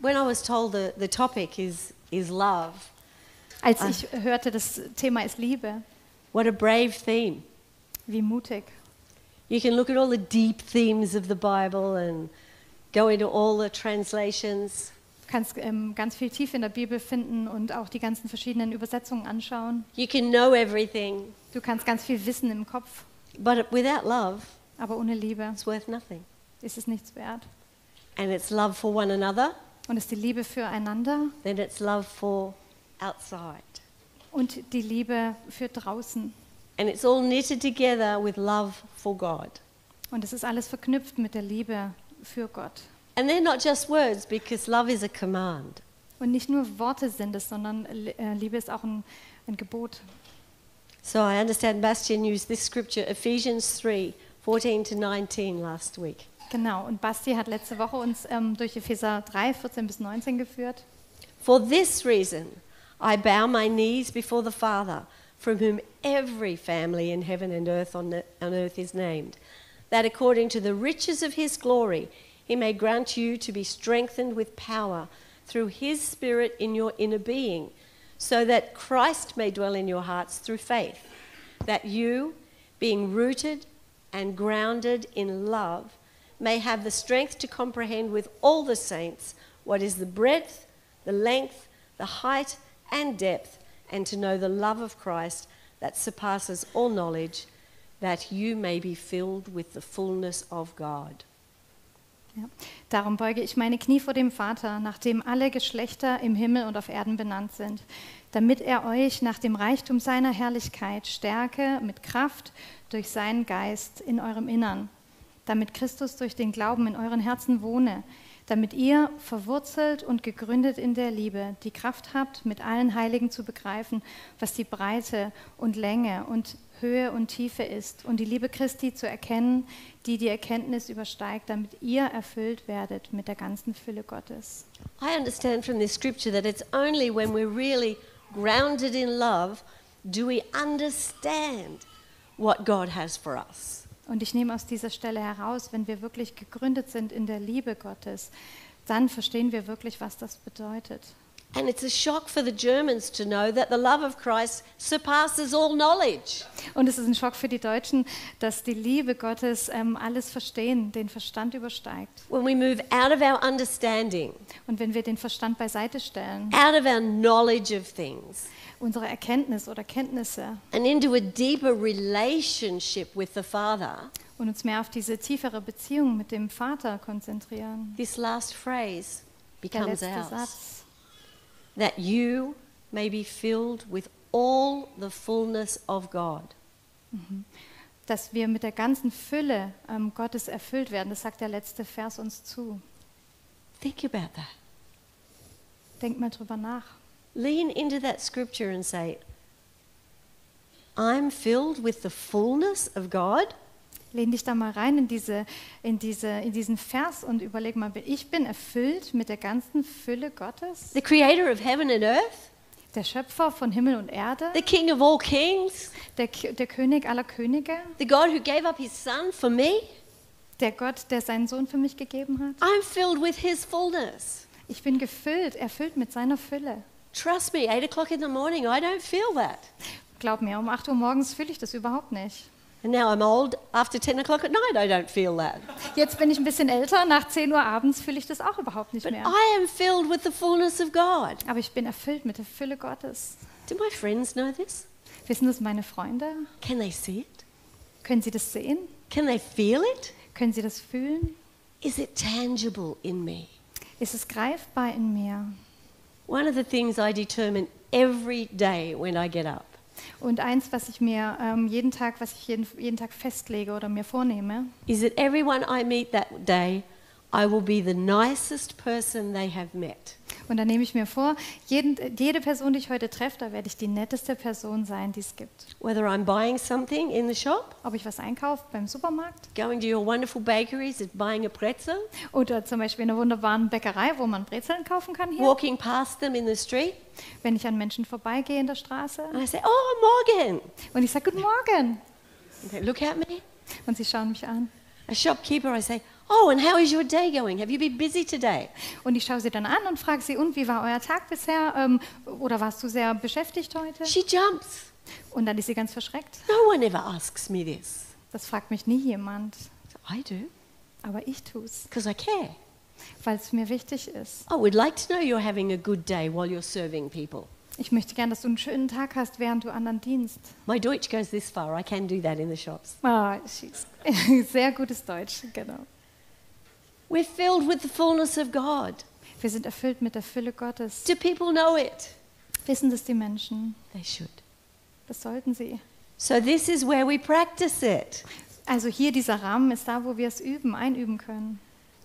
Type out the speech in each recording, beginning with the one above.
when I was told the, the topic is, is love, Als ich hörte, das Thema ist Liebe, what a brave theme. wie mutig. You can look at all the deep themes of the Bible and go into all the translations. Du kannst ähm, ganz viel tief in der Bibel finden und auch die ganzen verschiedenen Übersetzungen anschauen. You can know everything, Du kannst ganz viel wissen im Kopf, but without love, aber ohne Liebe it's worth nothing. ist es nichts wert. And it's love for one another, Und ist die Liebe füreinander then it's love for outside. und die Liebe für draußen. And it's all knitted together with love for God. Und es ist alles verknüpft mit der Liebe für Gott. And they're not just words because love is a command. Und nicht nur Worte sind es, sondern äh, Liebe ist auch ein, ein Gebot. So I understand Bastian used this scripture, Ephesians 3 14 to 19, last week. Genau, und Basti hat letzte Woche uns ähm, durch Epheser 3, 14 bis 19 geführt. For this reason, I bow my knees before the Father, from whom every family in heaven and earth on, e-, on earth is named, that according to the riches of his glory, he may grant you to be strengthened with power through his Spirit in your inner being, so that Christ may dwell in your hearts through faith, that you, being rooted and grounded in love, may have the strength to comprehend with all the saints what is the breadth, the length, the height, and depth, and to know the love of Christ that surpasses all knowledge, that you may be filled with the fullness of God. Ja. Darum beuge ich meine Knie vor dem Vater, nach dem alle Geschlechter im Himmel und auf Erden benannt sind, damit er euch nach dem Reichtum seiner Herrlichkeit stärke mit Kraft durch seinen Geist in eurem Innern, damit Christus durch den Glauben in euren Herzen wohne, damit ihr verwurzelt und gegründet in der Liebe die Kraft habt, mit allen Heiligen zu begreifen, was die Breite und Länge und Höhe und Tiefe ist und die Liebe Christi zu erkennen, die die Erkenntnis übersteigt, damit ihr erfüllt werdet mit der ganzen Fülle Gottes. I understand from this scripture that it's only when we're really grounded in love do we understand what God has for us. Und ich nehme aus dieser Stelle heraus, wenn wir wirklich gegründet sind in der Liebe Gottes, dann verstehen wir wirklich, was das bedeutet. And it's a shock for the Germans to know that the love of Christ surpasses all knowledge. Und es ist ein Schock für die Deutschen, dass die Liebe Gottes ähm, alles verstehen, den Verstand übersteigt. When we move out of our understanding, Und wenn wir den Verstand beiseite stellen, out of our knowledge of things, unsere Erkenntnis oder Kenntnisse and into a deeper relationship with the Father, und uns mehr auf diese tiefere Beziehung mit dem Vater konzentrieren, this last phrase der becomes letzte ours. Satz. That you may be filled with all the fullness of God. dass wir mit der ganzen Fülle ähm, Gottes erfüllt werden. Das sagt der letzte Vers uns zu. Think about that. Denk mal drüber nach. Lean into that scripture and say, I'm filled with the fullness of God. Lehn dich da mal rein in, diese, in, diese, in diesen Vers und überleg mal, ich bin erfüllt mit der ganzen Fülle Gottes, the creator of heaven and earth, der Schöpfer von Himmel und Erde, the king of all kings, der, Ki- der König aller Könige, the God who gave up his son for me. der Gott, der seinen Sohn für mich gegeben hat. I'm filled with his fullness. Ich bin gefüllt, erfüllt mit seiner Fülle. Trust me, eight o'clock in the morning, I don't feel that. Glaub mir, um 8 Uhr morgens fühle ich das überhaupt nicht. And now I'm old, after 10 o'clock at night, I don't feel that. Jetzt bin ich ein bisschen älter, nach 10 Uhr abends fühle ich das auch überhaupt nicht But mehr. I am filled with the fullness of God. Aber ich bin erfüllt mit der Fülle Gottes. Do my friends know this? Wissen das meine Freunde? Can they see it? Können sie das sehen? Can they feel it? Können sie das fühlen? Is it tangible in me? Ist es greifbar in mir? One of the things I determine every day when I get up Und eins, was ich mir ähm, jeden Tag, was ich jeden, jeden Tag festlege oder mir vornehme, is that everyone I meet that day, I will be the nicest person they have met. und da nehme ich mir vor, jeden, jede Person, die ich heute treffe, da werde ich die netteste Person sein, die es gibt. Whether I'm buying something in the shop, Ob ich was einkaufe beim Supermarkt going to your wonderful bakeries and buying a pretzel, oder zum Beispiel in einer wunderbaren Bäckerei, wo man Brezeln kaufen kann hier. walking past them in the street, Wenn ich an Menschen vorbeigehe in der Straße and I say, Oh, Morgan! und ich sage Guten Morgen And they look at me. und sie schauen mich an. A shopkeeper, I say, Oh, and how is your day going? Have you been busy today? Und ich schaue sie dann an und frage sie, und wie war euer Tag bisher? Ähm, oder warst du sehr beschäftigt heute? She jumps. Und dann ist sie ganz verschreckt. No one ever asks me this. Das fragt mich nie jemand. I do, Aber ich tue es, because I care. weil es mir wichtig ist. I would like to know you're having a good day while you're serving people. Ich möchte gern, dass du einen schönen Tag hast, während du anderen dienst. My Deutsch goes this far. I can do that in the shops. Ah, she's- sehr gutes Deutsch, genau. We're filled with the fullness of God. Wir sind erfüllt mit der Fülle Gottes. Do people know it? Wissen das die Menschen? They should. Das sollten sie. So this is where we practice it. Also hier dieser Rahmen ist da, wo wir es üben, einüben können.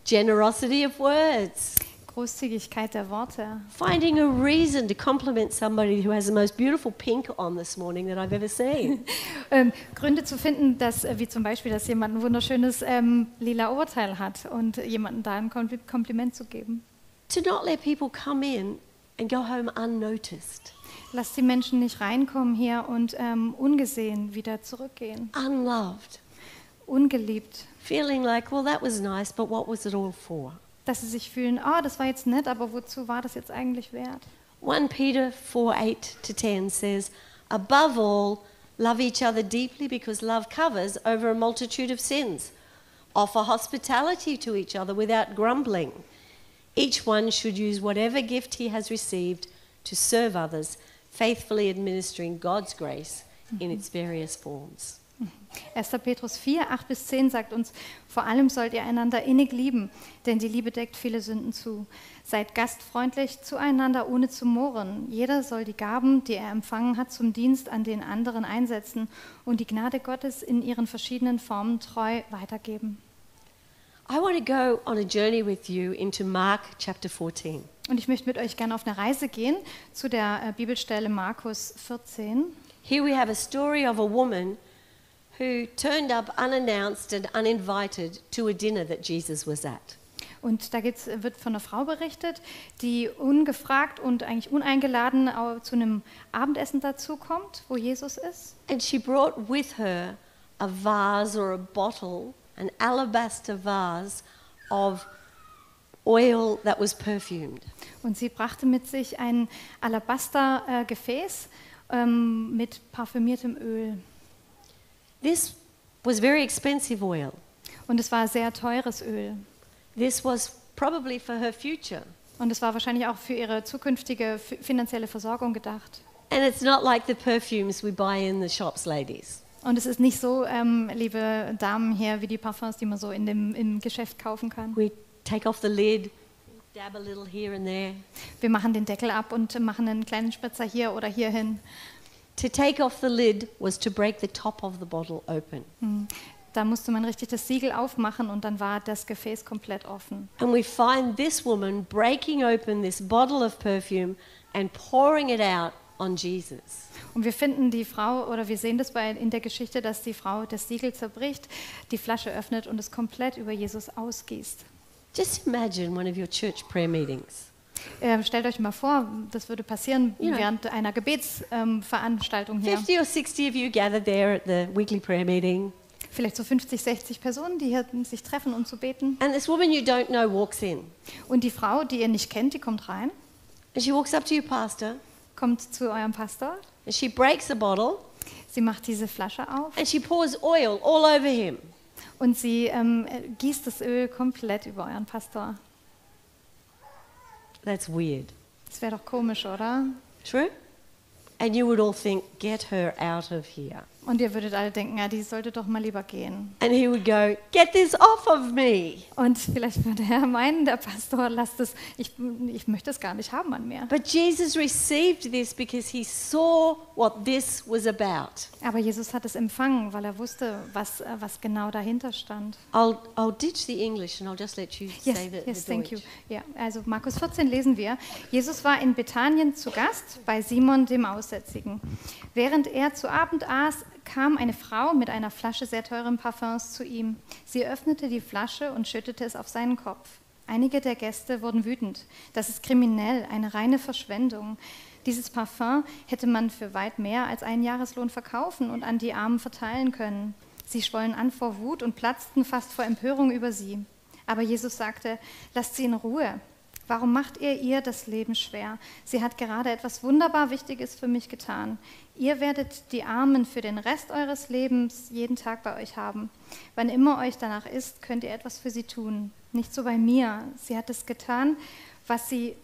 Generosity of words. Großzügigkeit der Worte. Finding a reason to compliment somebody who has the most beautiful pink on this morning that I've ever seen. Ähm, Gründe zu finden, dass, äh, wie zum Beispiel, dass jemand ein wunderschönes ähm, lila Oberteil hat und jemandem da ein Kompli- Kompliment zu geben. to not let people come in and go home unnoticed, Lasst die Menschen nicht reinkommen hier und ähm, ungesehen wieder zurückgehen, unloved, ungeliebt. feeling like, well, that was nice, but what was it all for? Dass sie sich fühlen, ah, das war jetzt nett, aber wozu war das jetzt eigentlich wert? 1 Peter 4 8 to 10 says, Above all, love each other deeply because love covers over a multitude of sins. Offer hospitality to each other without grumbling. Each one should use whatever gift he has received to serve others, faithfully administering God's grace in its various forms. 1. Petrus 4, 8 bis 10 sagt uns, vor allem sollt ihr einander innig lieben, denn die Liebe deckt viele Sünden zu. Seid gastfreundlich zueinander, ohne zu mohren. Jeder soll die Gaben, die er empfangen hat, zum Dienst an den anderen einsetzen und die Gnade Gottes in ihren verschiedenen Formen treu weitergeben. I want to go on a journey with you into Mark chapter 14. Und ich möchte mit euch gerne auf eine Reise gehen zu der äh, Bibelstelle Markus 14. Here we have a story of a woman who turned up unannounced and uninvited to a dinner that Jesus was at. Und da gibt's, wird von einer Frau berichtet, die ungefragt und eigentlich uneingeladen au- zu einem Abendessen dazukommt, wo Jesus ist. And she brought with her a vase or a bottle, an alabaster vase of oil that was perfumed. Und sie brachte mit sich ein Alabastergefäß äh, Gefäß, ähm, mit parfümiertem Öl. This was very expensive oil. Und es war sehr teures Öl. This was probably for her future. Und es war wahrscheinlich auch für ihre zukünftige fi- finanzielle Versorgung gedacht. And it's not like the perfumes we buy in the shops, ladies. Und es ist nicht so, ähm, liebe Damen hier, wie die Parfums, die man so in dem, im Geschäft kaufen kann. We take off the lid, dab a little here and there. Wir machen den Deckel ab und machen einen kleinen Spritzer hier oder hier hin. To take off the lid was to break the top of the bottle open. Da musste man richtig das Siegel aufmachen und dann war das Gefäß komplett offen. And we find this woman breaking open this bottle of perfume and pouring it out on Jesus. Und wir finden die Frau, oder wir sehen das bei, in der Geschichte, dass die Frau das Siegel zerbricht, die Flasche öffnet und es komplett über Jesus ausgießt. Just imagine one of your church prayer meetings. Ähm, stellt euch mal vor, das würde passieren Ja. während einer Gebetsveranstaltung ähm, Veranstaltung hier. 50 or 60 of you gathered there at the weekly prayer meeting, Vielleicht so 50, 60 Personen, die hier sich treffen, um zu beten. and this woman you don't know walks in. Und die Frau, die ihr nicht kennt, die kommt rein, And she walks up to you, pastor, kommt zu eurem Pastor. and she breaks a bottle Sie macht diese Flasche auf and she pours oil all over him. und sie ähm, gießt das Öl komplett über euren Pastor. That's weird. Das wäre doch komisch, oder? True? And you would all think, get her out of here. Und ihr würdet alle denken, ja, die sollte doch mal lieber gehen. And he would go, Get this off of me. Und vielleicht würde er meinen, der Pastor, lasst es, ich, ich möchte es gar nicht haben an mir. But Jesus received this because he saw what this was about. Aber Jesus hat es empfangen, weil er wusste, was, äh, was genau dahinter stand. I'll, I'll ditch the English and I'll just let you Yes, say the, yes, the thank you. Deutsch. Ja, also Markus 14 lesen wir. Jesus war in Bethanien zu Gast bei Simon dem Aussätzigen. Während er zu Abend aß, kam eine Frau mit einer Flasche sehr teuren Parfüms zu ihm. Sie öffnete die Flasche und schüttete es auf seinen Kopf. Einige der Gäste wurden wütend. Das ist kriminell, eine reine Verschwendung. Dieses Parfüm hätte man für weit mehr als einen Jahreslohn verkaufen und an die Armen verteilen können. Sie schwollen an vor Wut und platzten fast vor Empörung über sie. Aber Jesus sagte, lasst sie in Ruhe. Warum macht ihr ihr das Leben schwer? Sie hat gerade etwas wunderbar Wichtiges für mich getan. Ihr werdet die Armen für den Rest eures Lebens jeden Tag bei euch haben. Wann immer euch danach ist, könnt ihr etwas für sie tun. Nicht so bei mir. Sie hat es getan, was sie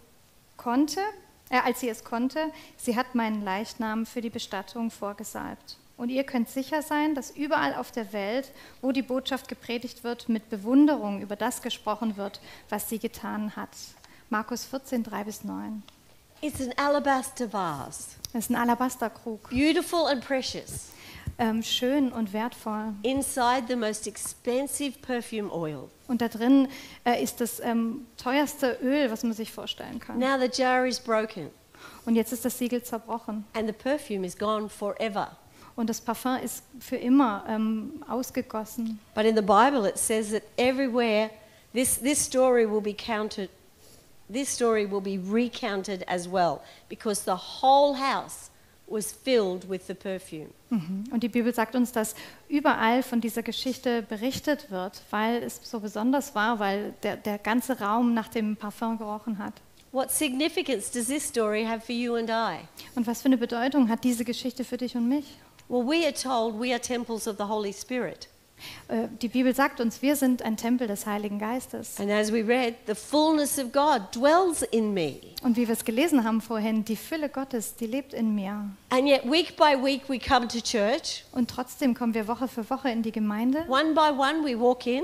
konnte, äh, als sie es konnte. Sie hat meinen Leichnam für die Bestattung vorgesalbt. Und ihr könnt sicher sein, dass überall auf der Welt, wo die Botschaft gepredigt wird, mit Bewunderung über das gesprochen wird, was sie getan hat. Markus 14, 3 bis 9. It's an alabaster vase, Das ist ein Alabasterkrug. beautiful and precious. Ähm, schön und wertvoll. Inside the most expensive perfume oil. Und da drin äh, ist das ähm, teuerste Öl, was man sich vorstellen kann. Now the jar is broken Und jetzt ist das Siegel zerbrochen. and the perfume is gone forever. Und das Parfum ist für immer ähm, ausgegossen. But in the Bible it says that everywhere this, this story will be counted this story will be recounted as well because the whole house was filled with the perfume. Mhm. Und die Bibel sagt uns, dass überall von dieser Geschichte berichtet wird, weil es so besonders war, weil der, der ganze Raum nach dem Parfum gerochen hat. What significance does this story have for you and I? Und was für eine Bedeutung hat diese Geschichte für dich und mich? Well, we are told we are temples of the Holy Spirit. Äh, Die Bibel sagt uns, wir sind ein Tempel des Heiligen Geistes. And as we read, the fullness of God dwells in me. Und wie wir es gelesen haben vorhin, die Fülle Gottes, die lebt in mir. And yet, week by week, we come to church. Und trotzdem kommen wir Woche für Woche in die Gemeinde. One by one, we walk in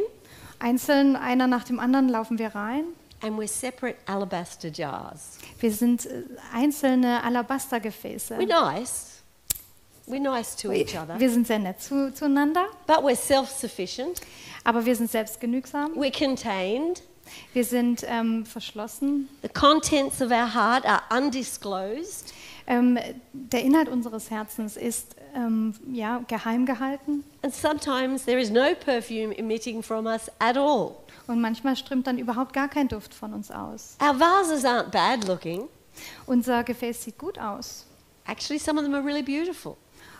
Einzeln, einer nach dem anderen, laufen wir rein. and we're separate alabaster jars. Wir sind äh, einzelne Alabastergefäße. We're nice. We're nice to each other. Wir sind sehr nett zu, zueinander, But we're self sufficient. aber wir sind selbstgenügsam. We're contained. Wir sind ähm, verschlossen. The contents of our heart are undisclosed. Ähm, der Inhalt unseres Herzens ist ähm, ja, geheim gehalten. And sometimes there is no perfume emitting from us at all. Und manchmal strömt dann überhaupt gar kein Duft von uns aus. Our vases aren't bad looking. Unser Gefäß sieht gut aus. Actually, some of them are really beautiful.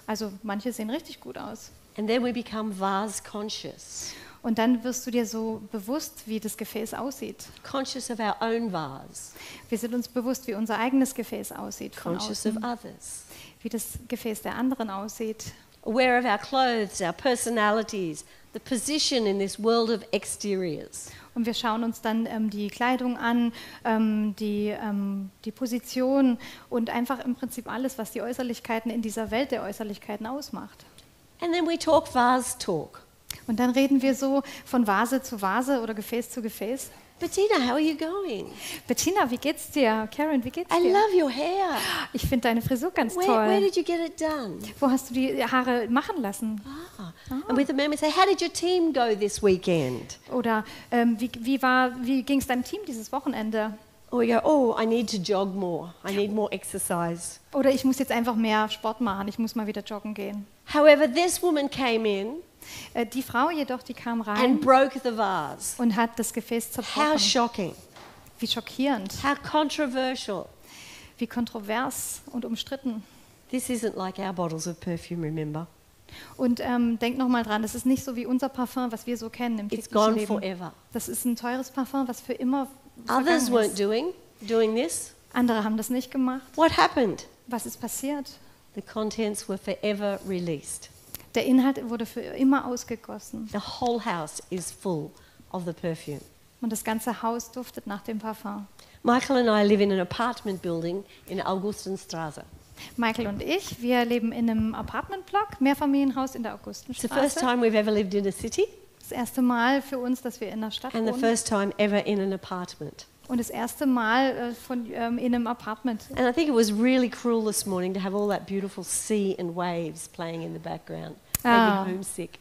Also manche sehen richtig gut aus. And then we become vase conscious, Und dann wirst du dir so bewusst, wie das Gefäß aussieht. conscious of our own vase, Wir sind uns bewusst, wie unser eigenes Gefäß aussieht von conscious of außen, others, wie das Gefäß der anderen aussieht. aware of our clothes, our personalities, the position in this world of exteriors. Und wir schauen uns dann ähm, die Kleidung an, ähm, die, ähm, die Position und einfach im Prinzip alles, was die Äußerlichkeiten in dieser Welt der Äußerlichkeiten ausmacht. And then we talk vase talk. Und dann reden wir so von Vase zu Vase oder Gefäß zu Gefäß. Bettina, how are you going? Bettina, wie geht's dir? Karen, wie geht's I dir? love your hair. Ich finde deine Frisur ganz Where, toll. where did you get it done? Wo hast du die Haare machen lassen? Ah. And with the men, we say, How did your team go this weekend? Oder ähm, wie, wie, war- wie ging es deinem Team dieses Wochenende? Or we go, Oh, I need to jog more. I need more exercise. Oder ich muss jetzt einfach mehr Sport machen, ich muss mal wieder joggen gehen. However, this woman came in Äh, die Frau jedoch, die kam rein and broke the vase. und hat das Gefäß How zerbrochen. shocking. wie schockierend, How controversial. wie kontrovers und umstritten. This isn't like our bottles of perfume, remember? Und ähm, denk nochmal dran, das ist nicht so wie unser Parfum, was wir so kennen im It's täglichen gone Leben. forever. Das ist ein teures Parfum, was für immer Others vergangen weren't ist. doing doing this. Andere haben das nicht gemacht. What happened? Was ist passiert? The contents were forever released. Der Inhalt wurde für immer ausgegossen. The whole house is full of the perfume. Und das ganze Haus duftet nach dem Parfum. Michael and I live in an apartment building in Augustenstraße. Michael und ich, wir leben in einem Apartmentblock, Mehrfamilienhaus in der It's the first Augustenstraße. time we've ever lived in a city Das erste Mal für uns, dass wir in der Stadt and the wohnen. first time ever in an apartment. Und das erste Mal äh, von, ähm, in einem Apartment. And I think it was really cruel this morning to have all that beautiful sea and waves playing in the background. Made Ah. me homesick.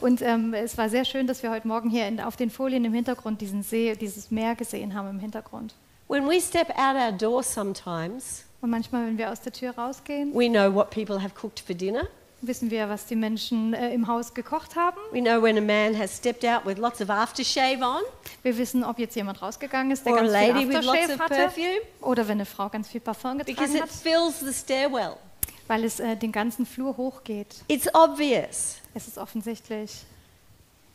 Und ähm, es war sehr schön, dass wir heute Morgen hier in, auf den Folien im Hintergrund diesen See, dieses Meer gesehen haben im Hintergrund. When we step out our door sometimes, Und manchmal, wenn wir aus der Tür rausgehen, we know what people have cooked for dinner. wissen wir, was die Menschen äh, im Haus gekocht haben. We know when a man has stepped out with lots of aftershave on Wir wissen, ob jetzt jemand rausgegangen ist, der or a ganz Oh, lady viel with lots Aftershave of hatte. perfume Oder wenn eine Frau ganz viel Parfum because getragen it hat, fills the stairwell. weil es äh, den ganzen Flur hochgeht. It's obvious. Es ist offensichtlich.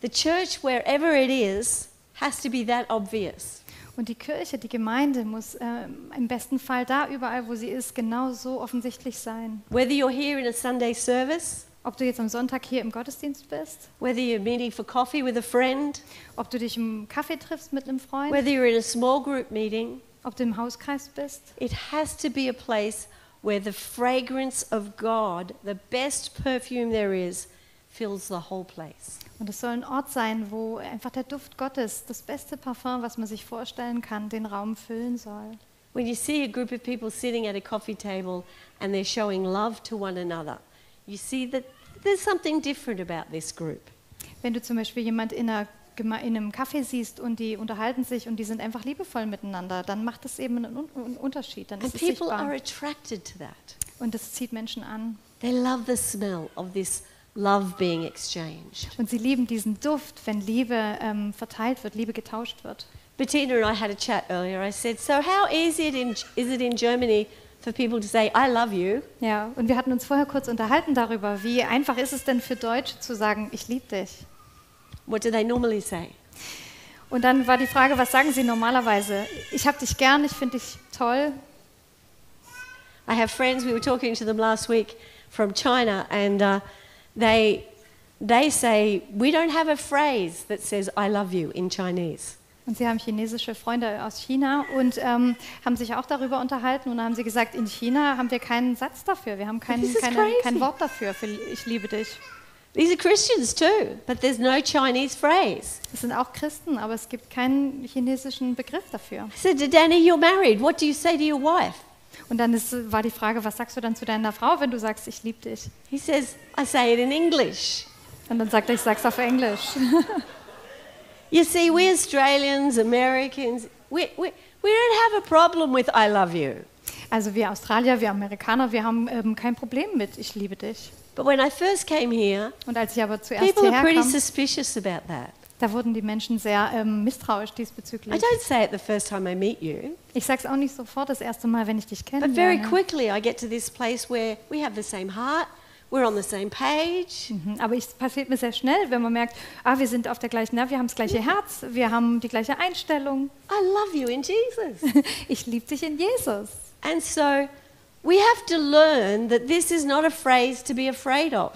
The church, wherever it is, has to be that obvious. Und die Kirche, die Gemeinde muss ähm, im besten Fall da überall, wo sie ist, genau so offensichtlich sein. Whether you're here in a Sunday service, Ob du jetzt am Sonntag hier im Gottesdienst bist, whether you're meeting for coffee with a friend, ob du dich im Kaffee triffst mit einem Freund, whether you're in a small group meeting, ob du im Hauskreis bist, it has to be a place where the fragrance of God, the best perfume there is, fills the whole place. Und es soll ein Ort sein, wo einfach der Duft Gottes, das beste Parfum, was man sich vorstellen kann, den Raum füllen soll. When you see a group of people sitting at a coffee table and they're showing love to one another, you see that there's something different about this group. Wenn du zum Beispiel jemand in, einer, Geme- in einem Kaffee siehst und die unterhalten sich und die sind einfach liebevoll miteinander, dann macht das eben einen, Un- einen Unterschied. Dann And ist es people are sichtbar. attracted to that. Und das zieht Menschen an. They love the smell of this love being exchanged. Und sie lieben diesen Duft, wenn Liebe ähm, verteilt wird, Liebe getauscht wird. Bettina and I had a chat earlier. I said, So, how easy it in, is it in Germany for people to say, I love you? Ja, und wir hatten uns vorher kurz unterhalten darüber, wie einfach ist es denn für Deutsche zu sagen, ich liebe dich. What do they normally say? Und dann war die Frage, was sagen sie normalerweise? Ich habe dich gern, ich finde dich toll. I have friends, we were talking to them last week from China, and uh, they, they say, We don't have a phrase that says, I love you in Chinese. Und sie haben chinesische Freunde aus China und ähm, haben sich auch darüber unterhalten und dann haben sie gesagt, in China haben wir keinen Satz dafür, wir haben kein, This is keine, crazy. kein Wort dafür für ich liebe dich. These are Christians too, but there's no Chinese phrase. Das sind auch Christen, aber es gibt keinen chinesischen Begriff dafür. I said to Danny, You're married. What do you say to your wife? Und dann ist, war die Frage, was sagst du dann zu deiner Frau, wenn du sagst, ich liebe dich? He says, I say it in English. Und dann sagt er, ich sag's auf Englisch. You see, we Australians, Americans, we, we, we don't have a problem with I love you. Also wir Australier, wir Amerikaner, wir haben ähm, kein Problem mit ich liebe dich. But when I first came here, Und als ich aber zuerst people are hierher pretty kam, suspicious about that. Da wurden die Menschen sehr ähm, misstrauisch I diesbezüglich. don't say it the first time I meet you, Ich sag's auch nicht sofort das erste Mal, wenn ich dich but very kennenlerne. quickly I get to this place where we have the same heart, we're on the same page, Mhm, Aber es passiert mir sehr schnell, wenn man merkt, ah, wir sind auf der gleichen, na, wir haben das gleiche Herz, wir haben die gleiche Einstellung. I love you in Jesus. Ich liebe dich in Jesus. and so we have to learn that this is not a phrase to be afraid of.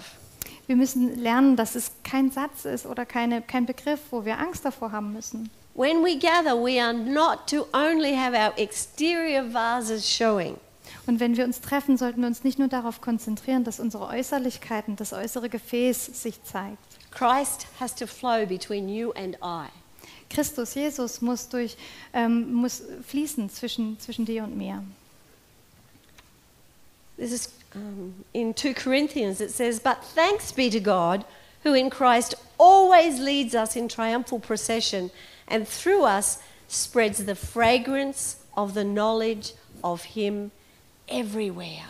Wir müssen lernen, dass es kein Satz ist oder keine, kein Begriff, wo wir Angst davor haben müssen. When we gather, we are not to only have our exterior vases showing. Und wenn wir uns treffen, sollten wir uns nicht nur darauf konzentrieren, dass unsere Äußerlichkeiten, das äußere Gefäß sich zeigt. Christ has to flow between you and I. Christus, Jesus muss, durch, ähm, muss fließen zwischen, zwischen dir und mir. This is um, in 2 Corinthians, it says, But thanks be to God, who in Christ always leads us in triumphal procession and through us spreads the fragrance of the knowledge of Him everywhere.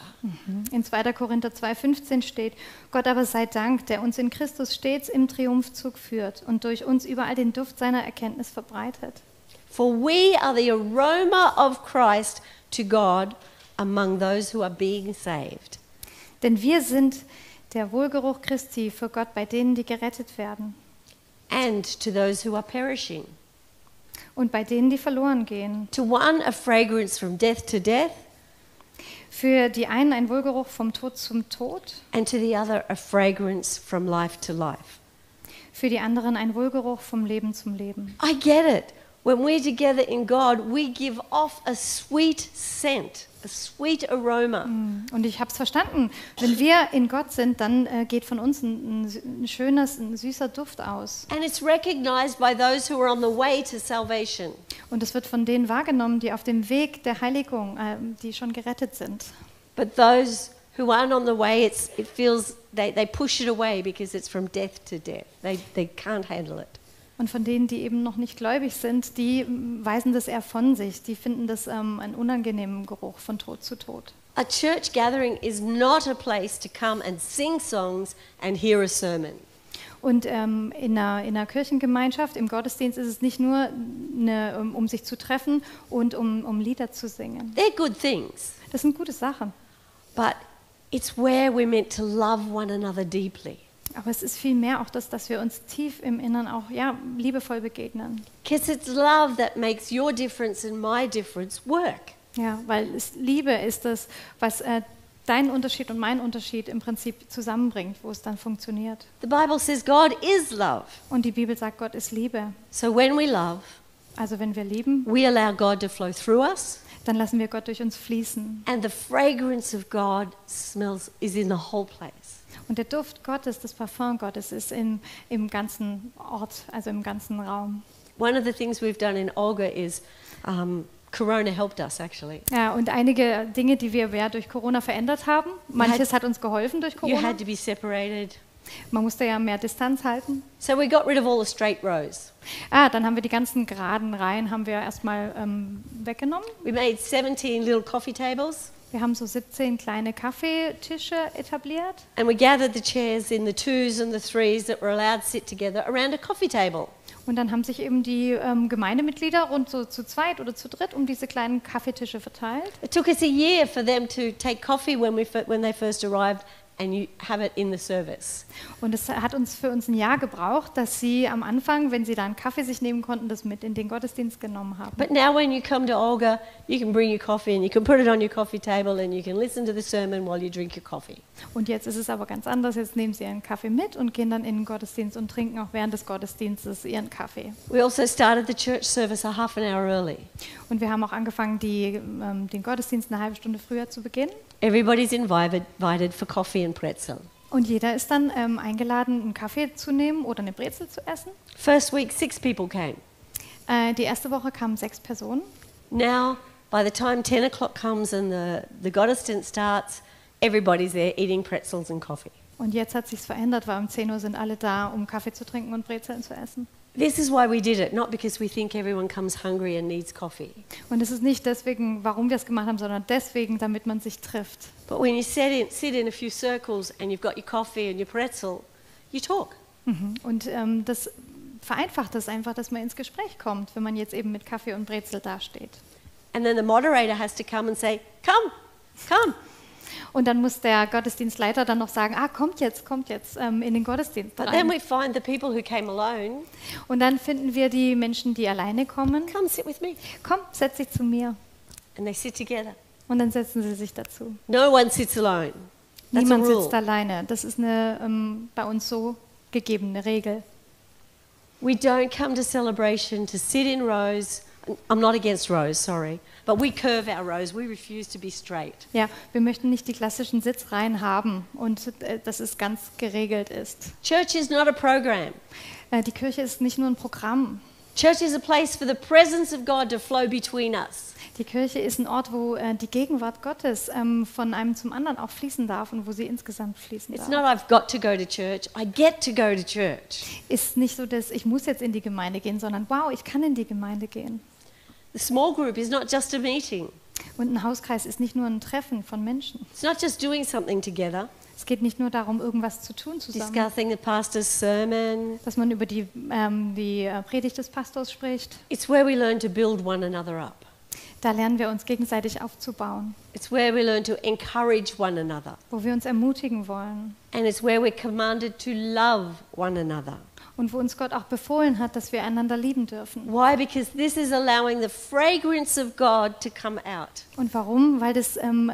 In 2. Korinther 2,15 steht: Gott aber sei Dank, der uns in Christus stets im Triumphzug führt und durch uns überall den Duft seiner Erkenntnis verbreitet. For we are the aroma of Christ to God among those who are being saved. Denn wir sind der Wohlgeruch Christi für Gott bei denen, die gerettet werden And to those who are perishing. und bei denen, die verloren gehen. To one, a fragrance from death to death, Für die einen ein Wohlgeruch vom Tod zum Tod, and to the other a fragrance from life to life. für die anderen ein Wohlgeruch vom Leben zum Leben. I get it. When we're together in God, we give off a sweet scent, a sweet aroma. Und ich habe es verstanden. Wenn wir in Gott sind, dann äh, geht von uns ein, ein, sü- ein schönes, ein süßer Duft aus. And it's recognized by those who are on the way to salvation. Und es wird von denen wahrgenommen, die auf dem Weg der Heiligung, äh, die schon gerettet sind. But those who aren't on the way, it's, it feels they, they push it away because it's from death to death. They, they can't handle it. Und von denen, die eben noch nicht gläubig sind, die mm, weisen das eher von sich. Die finden das ähm, einen unangenehmen Geruch von Tod zu Tod. A church gathering is not a place to come and sing songs and hear a sermon. Und ähm, in, einer, in einer Kirchengemeinschaft, im Gottesdienst ist es nicht nur, eine, um, um sich zu treffen und um, um Lieder zu singen. They're good things, Das sind gute Sachen. but it's where we're meant to love one another deeply. Aber es ist vielmehr auch das, dass wir uns tief im Inneren auch ja, liebevoll begegnen. Because it's love that makes your difference and my difference work. Ja, weil es Liebe ist es, was äh, deinen Unterschied und meinen Unterschied im Prinzip zusammenbringt, wo es dann funktioniert. The Bible says God is love. Und die Bibel sagt, Gott ist Liebe. So when we love, Also wenn wir lieben, we allow God to flow through us, dann lassen wir Gott durch uns fließen. and the fragrance of God smells is in the whole place. Und der Duft Gottes, das Parfum Gottes ist im, im ganzen Ort, also im ganzen Raum. One of the things we've done in Olga is um, Corona helped us actually. Ja, und einige Dinge, die wir ja durch Corona verändert haben. Manches hat uns geholfen durch You Corona. had to be separated. Man musste ja mehr Distanz halten. So we got rid of all the straight rows. Ah, dann haben wir die ganzen geraden Reihen haben wir erstmal ähm, weggenommen. We made 17 little coffee tables Wir haben so 17 kleine Kaffeetische etabliert and we gathered the chairs in the twos and the threes that were allowed to sit together around a coffee table. und dann haben sich eben die ähm, Gemeindemitglieder rund so zu zweit oder zu dritt um diese kleinen Kaffeetische verteilt. It took us a year for them to take coffee when, we, fir- when they first arrived and you have it in the service. Und es hat uns für uns ein Jahr gebraucht, dass sie am Anfang, wenn sie da einen Kaffee sich nehmen konnten, das mit in den Gottesdienst genommen haben. But now, when you come to Olga, you can bring your coffee and you can put it on your coffee table and you can listen to the sermon while you drink your coffee. Und jetzt ist es aber ganz anders. Jetzt nehmen sie ihren Kaffee mit und gehen dann in den Gottesdienst und trinken auch während des Gottesdienstes ihren Kaffee. We also started the church service a half an hour early. Und wir haben auch angefangen, die, ähm, den Gottesdienst eine halbe Stunde früher zu beginnen. Everybody's invited, invited for coffee and pretzel. Und jeder ist dann ähm, eingeladen, einen Kaffee zu nehmen oder eine Brezel zu essen. First week, six people came. Äh, die erste Woche kamen sechs Personen. Now, by the time 10 o'clock comes and the, the Gottesdienst starts, everybody's there eating pretzels and coffee. Und jetzt hat sich's verändert, weil um 10 Uhr sind alle da, um Kaffee zu trinken und Brezeln zu essen. This is why we did it, not because we think everyone comes hungry and needs coffee. Und es ist nicht deswegen, warum wir es gemacht haben, sondern deswegen, damit man sich trifft. But when you sit in, sit in a few circles and you've got your coffee and your pretzel, you talk. Und ähm, das vereinfacht es einfach, dass man ins Gespräch kommt, wenn man jetzt eben mit Kaffee und Brezel dasteht. And then the moderator has to come and say, Come, come. Und dann muss der Gottesdienstleiter dann noch sagen, ah, kommt jetzt, kommt jetzt ähm, in den Gottesdienst But then rein. we find the people who came alone, Und dann finden wir die Menschen, die alleine kommen. Come, sit with me. Komm, setz dich zu mir. And they sit together. Und dann setzen sie sich dazu. No one sits alone. That's a Niemand rule. sitzt alleine. Das ist eine ähm, bei uns so gegebene Regel. We don't come to celebration to sit in rows. I'm not against rows, sorry. But we curve our rows. We refuse to be straight. Ja, wir möchten nicht die klassischen Sitzreihen haben und äh, dass es ganz geregelt ist. Church is not a program. Äh, die Kirche ist nicht nur ein Programm. Church is a place for the presence of God to flow between us. Die Kirche ist ein Ort, wo äh, die Gegenwart Gottes ähm, von einem zum anderen auch fließen darf und wo sie insgesamt fließen It's darf. not I've got to go to church. I get to go to church. Ist nicht so, dass ich muss jetzt in die Gemeinde gehen, sondern wow, ich kann in die Gemeinde gehen. The small group is not just a meeting. Und ein Hauskreis ist nicht nur ein Treffen von Menschen. It's not just doing something together, Es geht nicht nur darum, irgendwas zu tun zusammen, discussing the pastor's sermon. dass man über die, ähm, die äh, Predigt des Pastors spricht. It's where we learn to build one another up. Da lernen wir uns gegenseitig aufzubauen, It's where we learn to encourage one another. wo wir uns ermutigen wollen And it's where we're commanded to love one another. und wo uns Gott auch befohlen hat, dass wir einander lieben dürfen. Why? Because this is allowing the fragrance of God to come out. Und warum? Weil das ähm,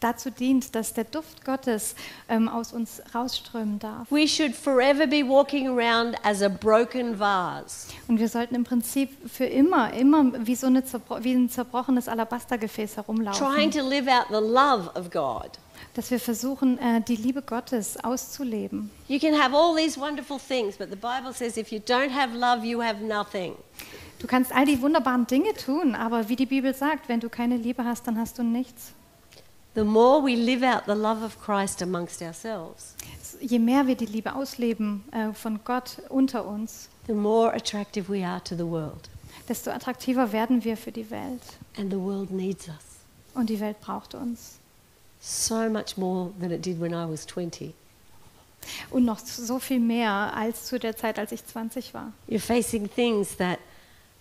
dazu dient, dass der Duft Gottes ähm, aus uns rausströmen darf. We should forever be walking around as a broken vase, Und wir sollten im Prinzip für immer, immer wie so eine zerbro wie ein zerbrochenes Alabastergefäß trying herumlaufen, to live out the love of God. dass wir versuchen, äh, die Liebe Gottes auszuleben. You can have all these wonderful things, but the Bible says if you don't have love, you have nothing. Du kannst all die wunderbaren Dinge tun, aber wie die Bibel sagt, wenn du keine Liebe hast, dann hast du nichts. The more we live out the love of Christ amongst ourselves, Je mehr wir die Liebe ausleben äh, von Gott unter uns, the more attractive we are to the world. desto attraktiver werden wir für die Welt. And the world needs us Und die Welt braucht uns. so much more than it did when I was 20. Und noch so viel mehr als zu der Zeit, als ich 20 war. You're facing things that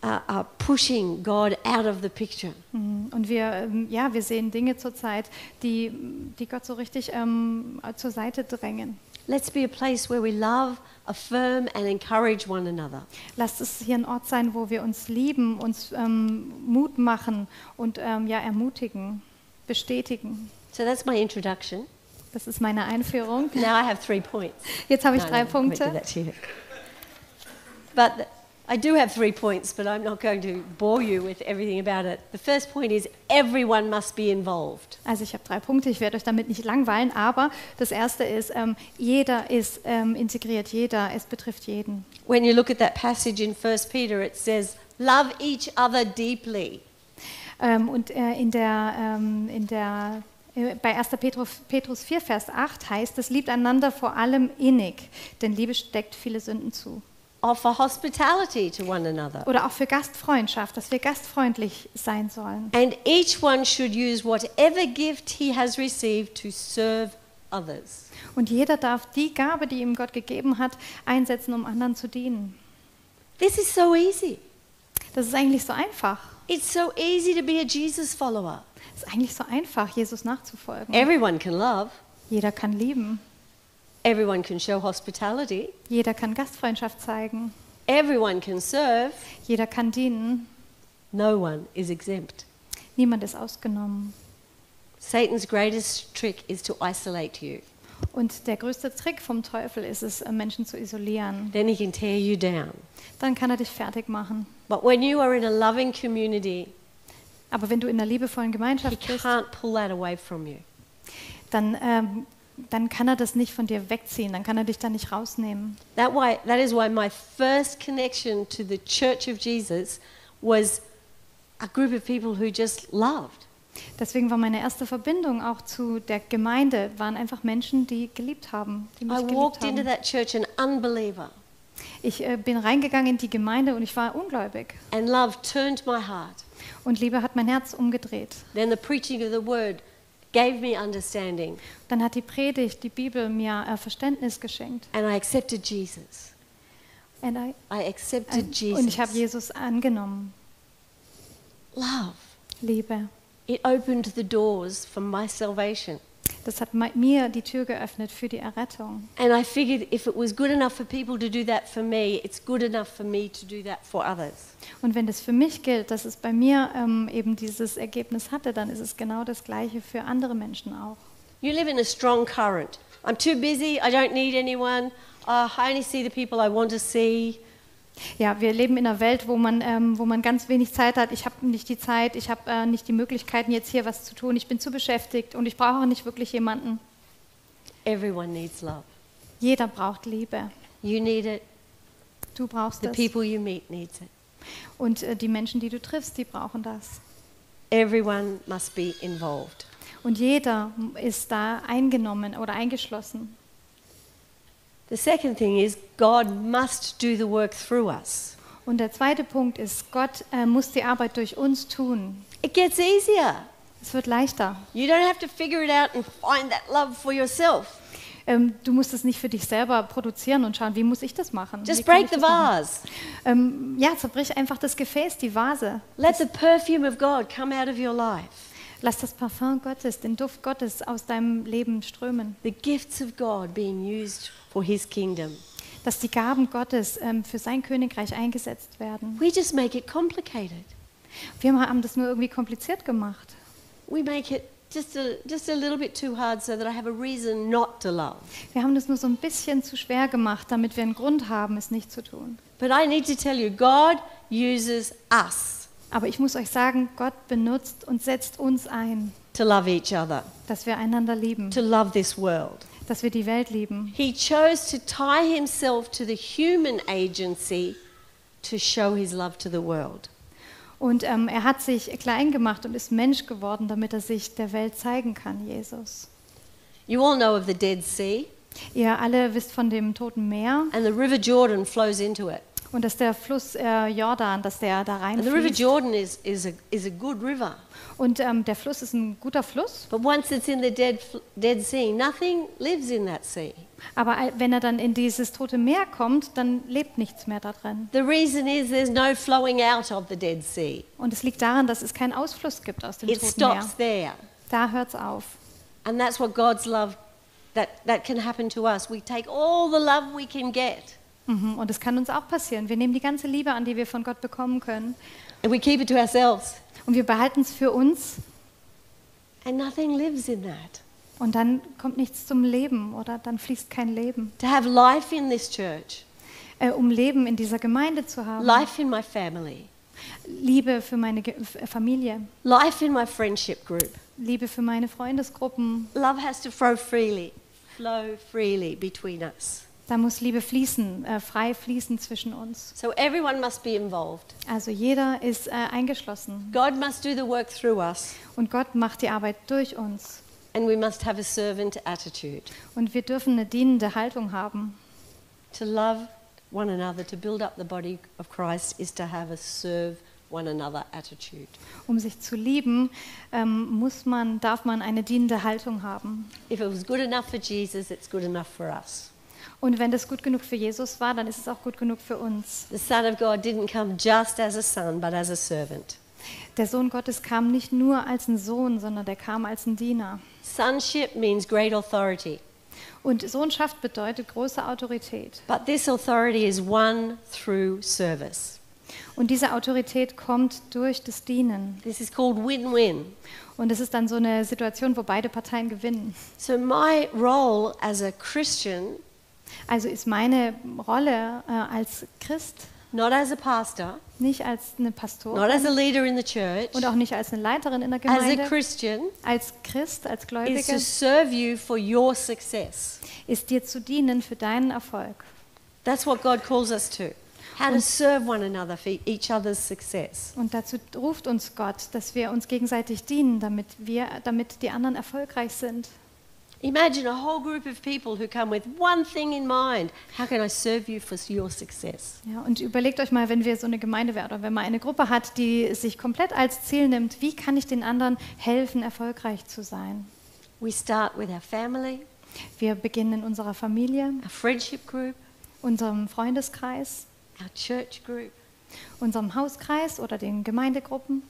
are, are pushing God out of the picture. Mhm. Und wir, ähm, ja, wir sehen Dinge zurzeit, die, die Gott so richtig ähm, zur Seite drängen. Let's be a place where we love, affirm, and encourage one another. Lasst es hier ein Ort sein, wo wir uns lieben, uns ähm, Mut machen und ähm, ja, ermutigen, bestätigen. So that's my introduction. Das ist meine Einführung. Now I have three points. Jetzt habe ich No, no, drei I won't do Punkte. that to you. But th- I do have three points, but I'm not going to bore you with everything about it. The first point is everyone must be involved. Also ich habe drei Punkte, ich werde euch damit nicht langweilen, aber das erste ist, ähm, jeder ist ähm, integriert, jeder, es betrifft jeden. When you look at that passage in 1 Peter, it says, Love each other deeply. Ähm, und äh, in der, ähm, in der, äh, bei 1. Petrus, Petrus 4, Vers 8 heißt es, liebt einander vor allem innig, denn Liebe steckt viele Sünden zu. Offer hospitality to one another. Oder auch für Gastfreundschaft, dass wir gastfreundlich sein sollen. And each one should use whatever gift he has received to serve others. Und jeder darf die Gabe, die ihm Gott gegeben hat, einsetzen, um anderen zu dienen. This is so easy. Das ist eigentlich so einfach. It's so easy to be a Jesus follower. Es ist eigentlich so einfach, Jesus nachzufolgen. Everyone can love, Jeder kann lieben. everyone can show hospitality, Jeder kann Gastfreundschaft zeigen. everyone can serve. Jeder kann dienen. No one is exempt. Niemand ist ausgenommen. Satan's greatest trick is to isolate you. Und der größte Trick vom Teufel ist es, Menschen zu isolieren. Then he can tear you down. Dann kann er dich fertig machen. But when you are in a loving community, Aber wenn du in der liebevollen he Gemeinschaft bist, can't pull that away from you. dann, ähm, dann kann er das nicht von dir wegziehen. Dann kann er dich da nicht rausnehmen. That, why, that is why my first connection to the Church of Jesus was a group of people who just loved. Deswegen war meine erste Verbindung auch zu der Gemeinde, waren einfach Menschen, die geliebt haben. Die mich I geliebt walked into haben. that church an unbeliever, Ich äh, bin reingegangen in die Gemeinde und ich war ungläubig. and love turned my heart. Und Liebe hat mein Herz umgedreht. Then the preaching of the word gave me understanding, Dann hat die Predigt, die Bibel mir äh, Verständnis geschenkt. and I accepted Jesus. And I, I accepted Jesus. und ich habe Jesus angenommen. Love. Liebe. It opened the doors for my salvation. Das hat mi- mir die Tür geöffnet für die Errettung. And I figured if it was good enough for people to do that for me, it's good enough for me to do that for others. Und wenn das für mich gilt, dass es bei mir ähm, eben dieses Ergebnis hatte, dann ist es genau das Gleiche für andere Menschen auch. You live in a strong current. I'm too busy. I don't need anyone. Uh, I only see the people I want to see. Ja, wir leben in einer Welt, wo man, ähm, wo man ganz wenig Zeit hat. Ich habe nicht die Zeit, ich habe äh, nicht die Möglichkeiten, jetzt hier was zu tun. Ich bin zu beschäftigt und ich brauche auch nicht wirklich jemanden. Everyone needs love. Jeder braucht Liebe. You need it. Du brauchst The es. people you meet needs it. Und äh, die Menschen, die du triffst, die brauchen das. Everyone must be involved. Und jeder ist da eingenommen oder eingeschlossen. The second thing is God must do the work through us. Und der zweite Punkt ist, Gott äh, muss die Arbeit durch uns tun. It gets easier. Es wird leichter. You don't have to figure it out and find that love for yourself. Ähm, du musst es nicht für dich selber produzieren und schauen, wie muss ich das machen? Wie Just kann break ich the das machen? vase. Ähm, ja, zerbrich einfach das Gefäß, die Vase. Let the perfume of God come out of your life. Lass das Parfum Gottes, den Duft Gottes aus deinem Leben strömen. The gifts of God being used for his kingdom. Dass die Gaben Gottes ähm, für sein Königreich eingesetzt werden. We just make it complicated. Wir haben das nur irgendwie kompliziert gemacht. We make it just a, just a little bit too hard so that I have a reason not to love. Wir haben das nur so ein bisschen zu schwer gemacht, damit wir einen Grund haben, es nicht zu tun. But I need to tell you, God uses us Aber ich muss euch sagen, Gott benutzt und setzt uns ein, to love each other, dass wir einander lieben, to love this world. dass wir die Welt lieben. He chose to tie himself to the human agency to show his love to the world. Und ähm, er hat sich klein gemacht und ist Mensch geworden, damit er sich der Welt zeigen kann, Jesus. You all know of the Dead Sea, Ihr alle wisst von dem Toten Meer and the River Jordan flows into it. und dass der Fluss äh, Jordan, dass der da And the River reinfließt. Jordan is, is, a, is a good river. Und ähm, der Fluss ist ein guter Fluss, But once it's in the Dead, F- dead Sea, nothing lives in that sea. aber all- wenn er dann in dieses Tote Meer kommt, dann lebt nichts mehr da drin. The reason is there's no flowing out of the Dead Sea. Und es liegt daran, dass es keinen Ausfluss gibt aus dem It Toten Meer. stops there. Da hört's auf. And that's what God's love that, that can happen to us. We take all the love we can get Mhm, Und es kann uns auch passieren. Wir nehmen die ganze Liebe an, die wir von Gott bekommen können. and we keep it to ourselves. Und wir behalten es für uns. And nothing lives in that. Und dann kommt nichts zum Leben, oder? Dann fließt kein Leben. To have life in this church, Äh, um Leben in dieser Gemeinde zu haben. life in my family, Liebe für meine Ge F- Familie. life in my friendship group. Liebe für meine Freundesgruppen. Love has to flow freely, flow freely between us. Da muss Liebe fließen, äh, frei fließen zwischen uns. So everyone must be involved. Also jeder ist äh, eingeschlossen. God must do the work through us, Und Gott macht die Arbeit durch uns. and we must have a servant attitude Und wir dürfen eine dienende Haltung haben. to love one another, to build up the body of Christ, is to have a serve one another attitude. Um sich zu lieben, ähm, muss man, darf man eine dienende Haltung haben. If it was good enough for Jesus, it's good enough for us. Und wenn das gut genug für Jesus war, dann ist es auch gut genug für uns. The Son of God didn't come just as a son, but as a servant. Der Sohn Gottes kam nicht nur als ein Sohn, sondern der kam als ein Diener. Sonship means great authority, Und Sohnschaft bedeutet große Autorität. but this authority is won through service. Und diese Autorität kommt durch das Dienen. This is called win win. Und es ist dann so eine Situation, wo beide Parteien gewinnen. So, my role as a Christian, Also ist meine Rolle äh, als Christ, not as a pastor, nicht als eine Pastorin not as a leader in the church, und auch nicht als eine Leiterin in der as a Gemeinde, Christian, als Christ, als is Gläubige, to serve you for your success. ist dir zu dienen für deinen Erfolg. That's what God calls us to. How to serve one another for each other's success. Und dazu ruft uns Gott, dass wir uns gegenseitig dienen, damit wir, damit die anderen erfolgreich sind. Imagine a whole group of people who come with one thing in mind how can I serve you for your success? Ja, und überlegt euch mal, wenn wir so eine Gemeinde wären oder wenn man eine Gruppe hat, die sich komplett als Ziel nimmt, wie kann ich den anderen helfen, erfolgreich zu sein? We start with our family, Wir beginnen in unserer Familie, our friendship group, unserem Freundeskreis, our church group. unserem Hauskreis oder den Gemeindegruppen.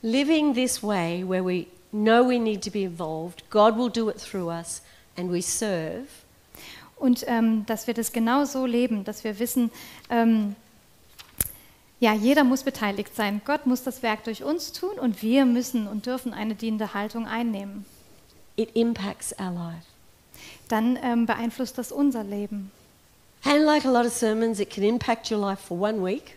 Living this way, where we know we need to be involved, God will do it through us, and we serve, Und ähm, dass wir das genau so leben, dass wir wissen, ähm, ja, jeder muss beteiligt sein. Gott muss das Werk durch uns tun und wir müssen und dürfen eine dienende Haltung einnehmen. it impacts our life. Dann ähm, beeinflusst das unser Leben. And like a lot of sermons, it can impact your life for one week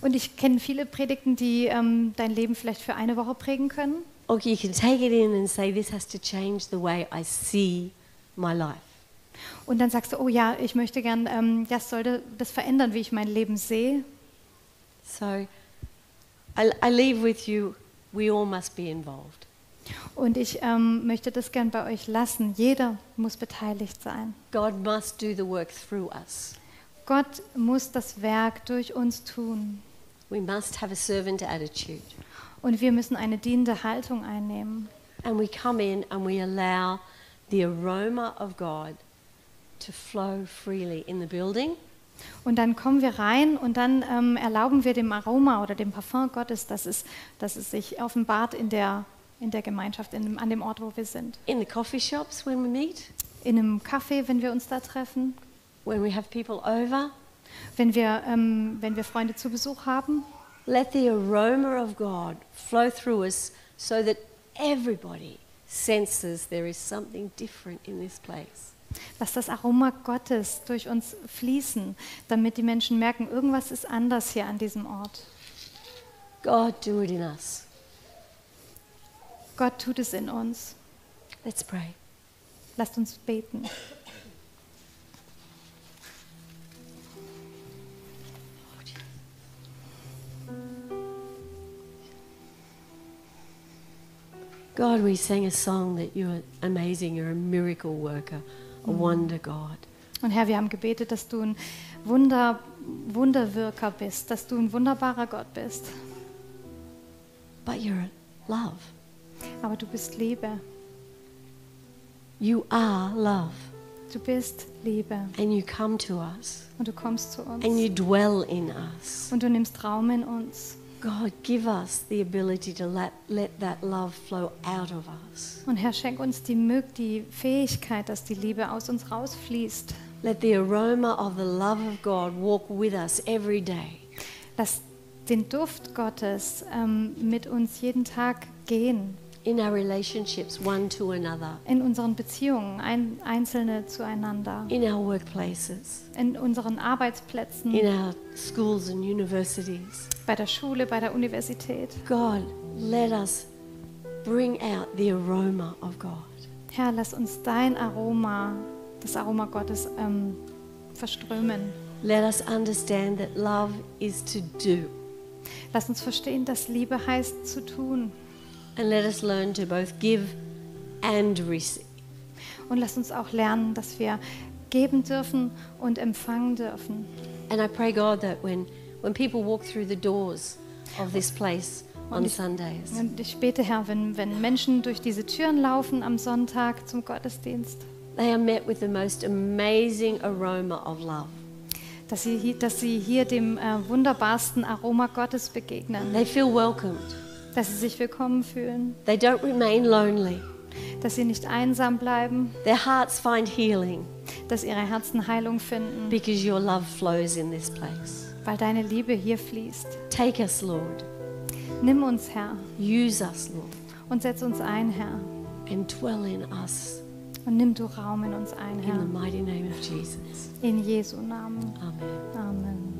Und ich kenne viele Predigten, die ähm, dein Leben vielleicht für eine Woche prägen können. Or you can take it in and say, This has to change the way I see my life. Und dann sagst du, oh ja, ich möchte gern, ähm, das sollte das verändern, wie ich mein Leben sehe. So I, I leave with you, we all must be involved. Und ich ähm, möchte das gern bei euch lassen. Jeder muss beteiligt sein. God must do the work through us. Gott muss das Werk durch uns tun. We must have a servant attitude. Und wir müssen eine dienende Haltung einnehmen. And we come in and we allow the aroma of God to flow freely in the building Und dann kommen wir rein und dann ähm, erlauben wir dem Aroma oder dem Parfum Gottes, dass es, dass es sich offenbart in der, in der Gemeinschaft, in dem, an dem Ort, wo wir sind. in the coffee shops when we meet, In einem Café, wenn wir uns da treffen, when we have people over. wenn wir, ähm, wenn wir Freunde zu Besuch haben. Let the aroma of God flow through us so that everybody senses there is something different in this place. Lass das Aroma Gottes durch uns fließen, damit die Menschen merken, irgendwas ist anders hier an diesem Ort. God, do it in us. Gott tut es in uns. Let's pray. Lasst uns beten. God, we sang a song that you are amazing. You're a miracle worker, a wonder God. Und Herr, wir haben gebetet, dass du ein Wunder, Wunderwirker bist, dass du ein wunderbarer Gott bist. But you're love. Aber du bist Liebe. You are love. Du bist Liebe. And you come to us Und du kommst zu uns. and you dwell in us. Und du nimmst Raum in uns. God, give us the ability to let, let that love flow out of us. Und Herr, schenk uns die, Mög- die Fähigkeit, dass die Liebe aus uns rausfließt. Let the aroma of the love of God walk with us every day. Lass den Duft Gottes ähm, mit uns jeden Tag gehen. in our relationships one to another, In unseren Beziehungen, ein, einzelne zueinander, in our workplaces, in unseren Arbeitsplätzen, in our schools and universities. bei der Schule, bei der Universität. God, let us bring out the aroma of God. Herr, lass uns dein Aroma, das Aroma Gottes, ähm, verströmen. Let us understand that love is to do, Lass uns verstehen, dass Liebe heißt zu tun. and let us learn to both give and receive. Und lass uns auch lernen, dass wir geben dürfen und empfangen dürfen. And I pray, God, that when, when people walk through the doors of this place on Sundays, Und ich bete, Herr, wenn, wenn Menschen durch diese Türen laufen am Sonntag zum Gottesdienst, they are met with the most amazing aroma of love. dass sie, hi- dass sie hier dem äh, wunderbarsten Aroma Gottes begegnen, They feel welcomed. dass sie sich willkommen fühlen, They don't remain lonely. dass sie nicht einsam bleiben, Their hearts find healing dass ihre Herzen Heilung finden, because your love flows in this place. weil deine Liebe hier fließt. Take us, Lord. Nimm uns, Herr, Use us, Lord, und setz uns ein, Herr, and dwell in us und nimm du Raum in uns ein, in the Herr, mighty name of Jesus. in Jesu Namen. Amen. Amen.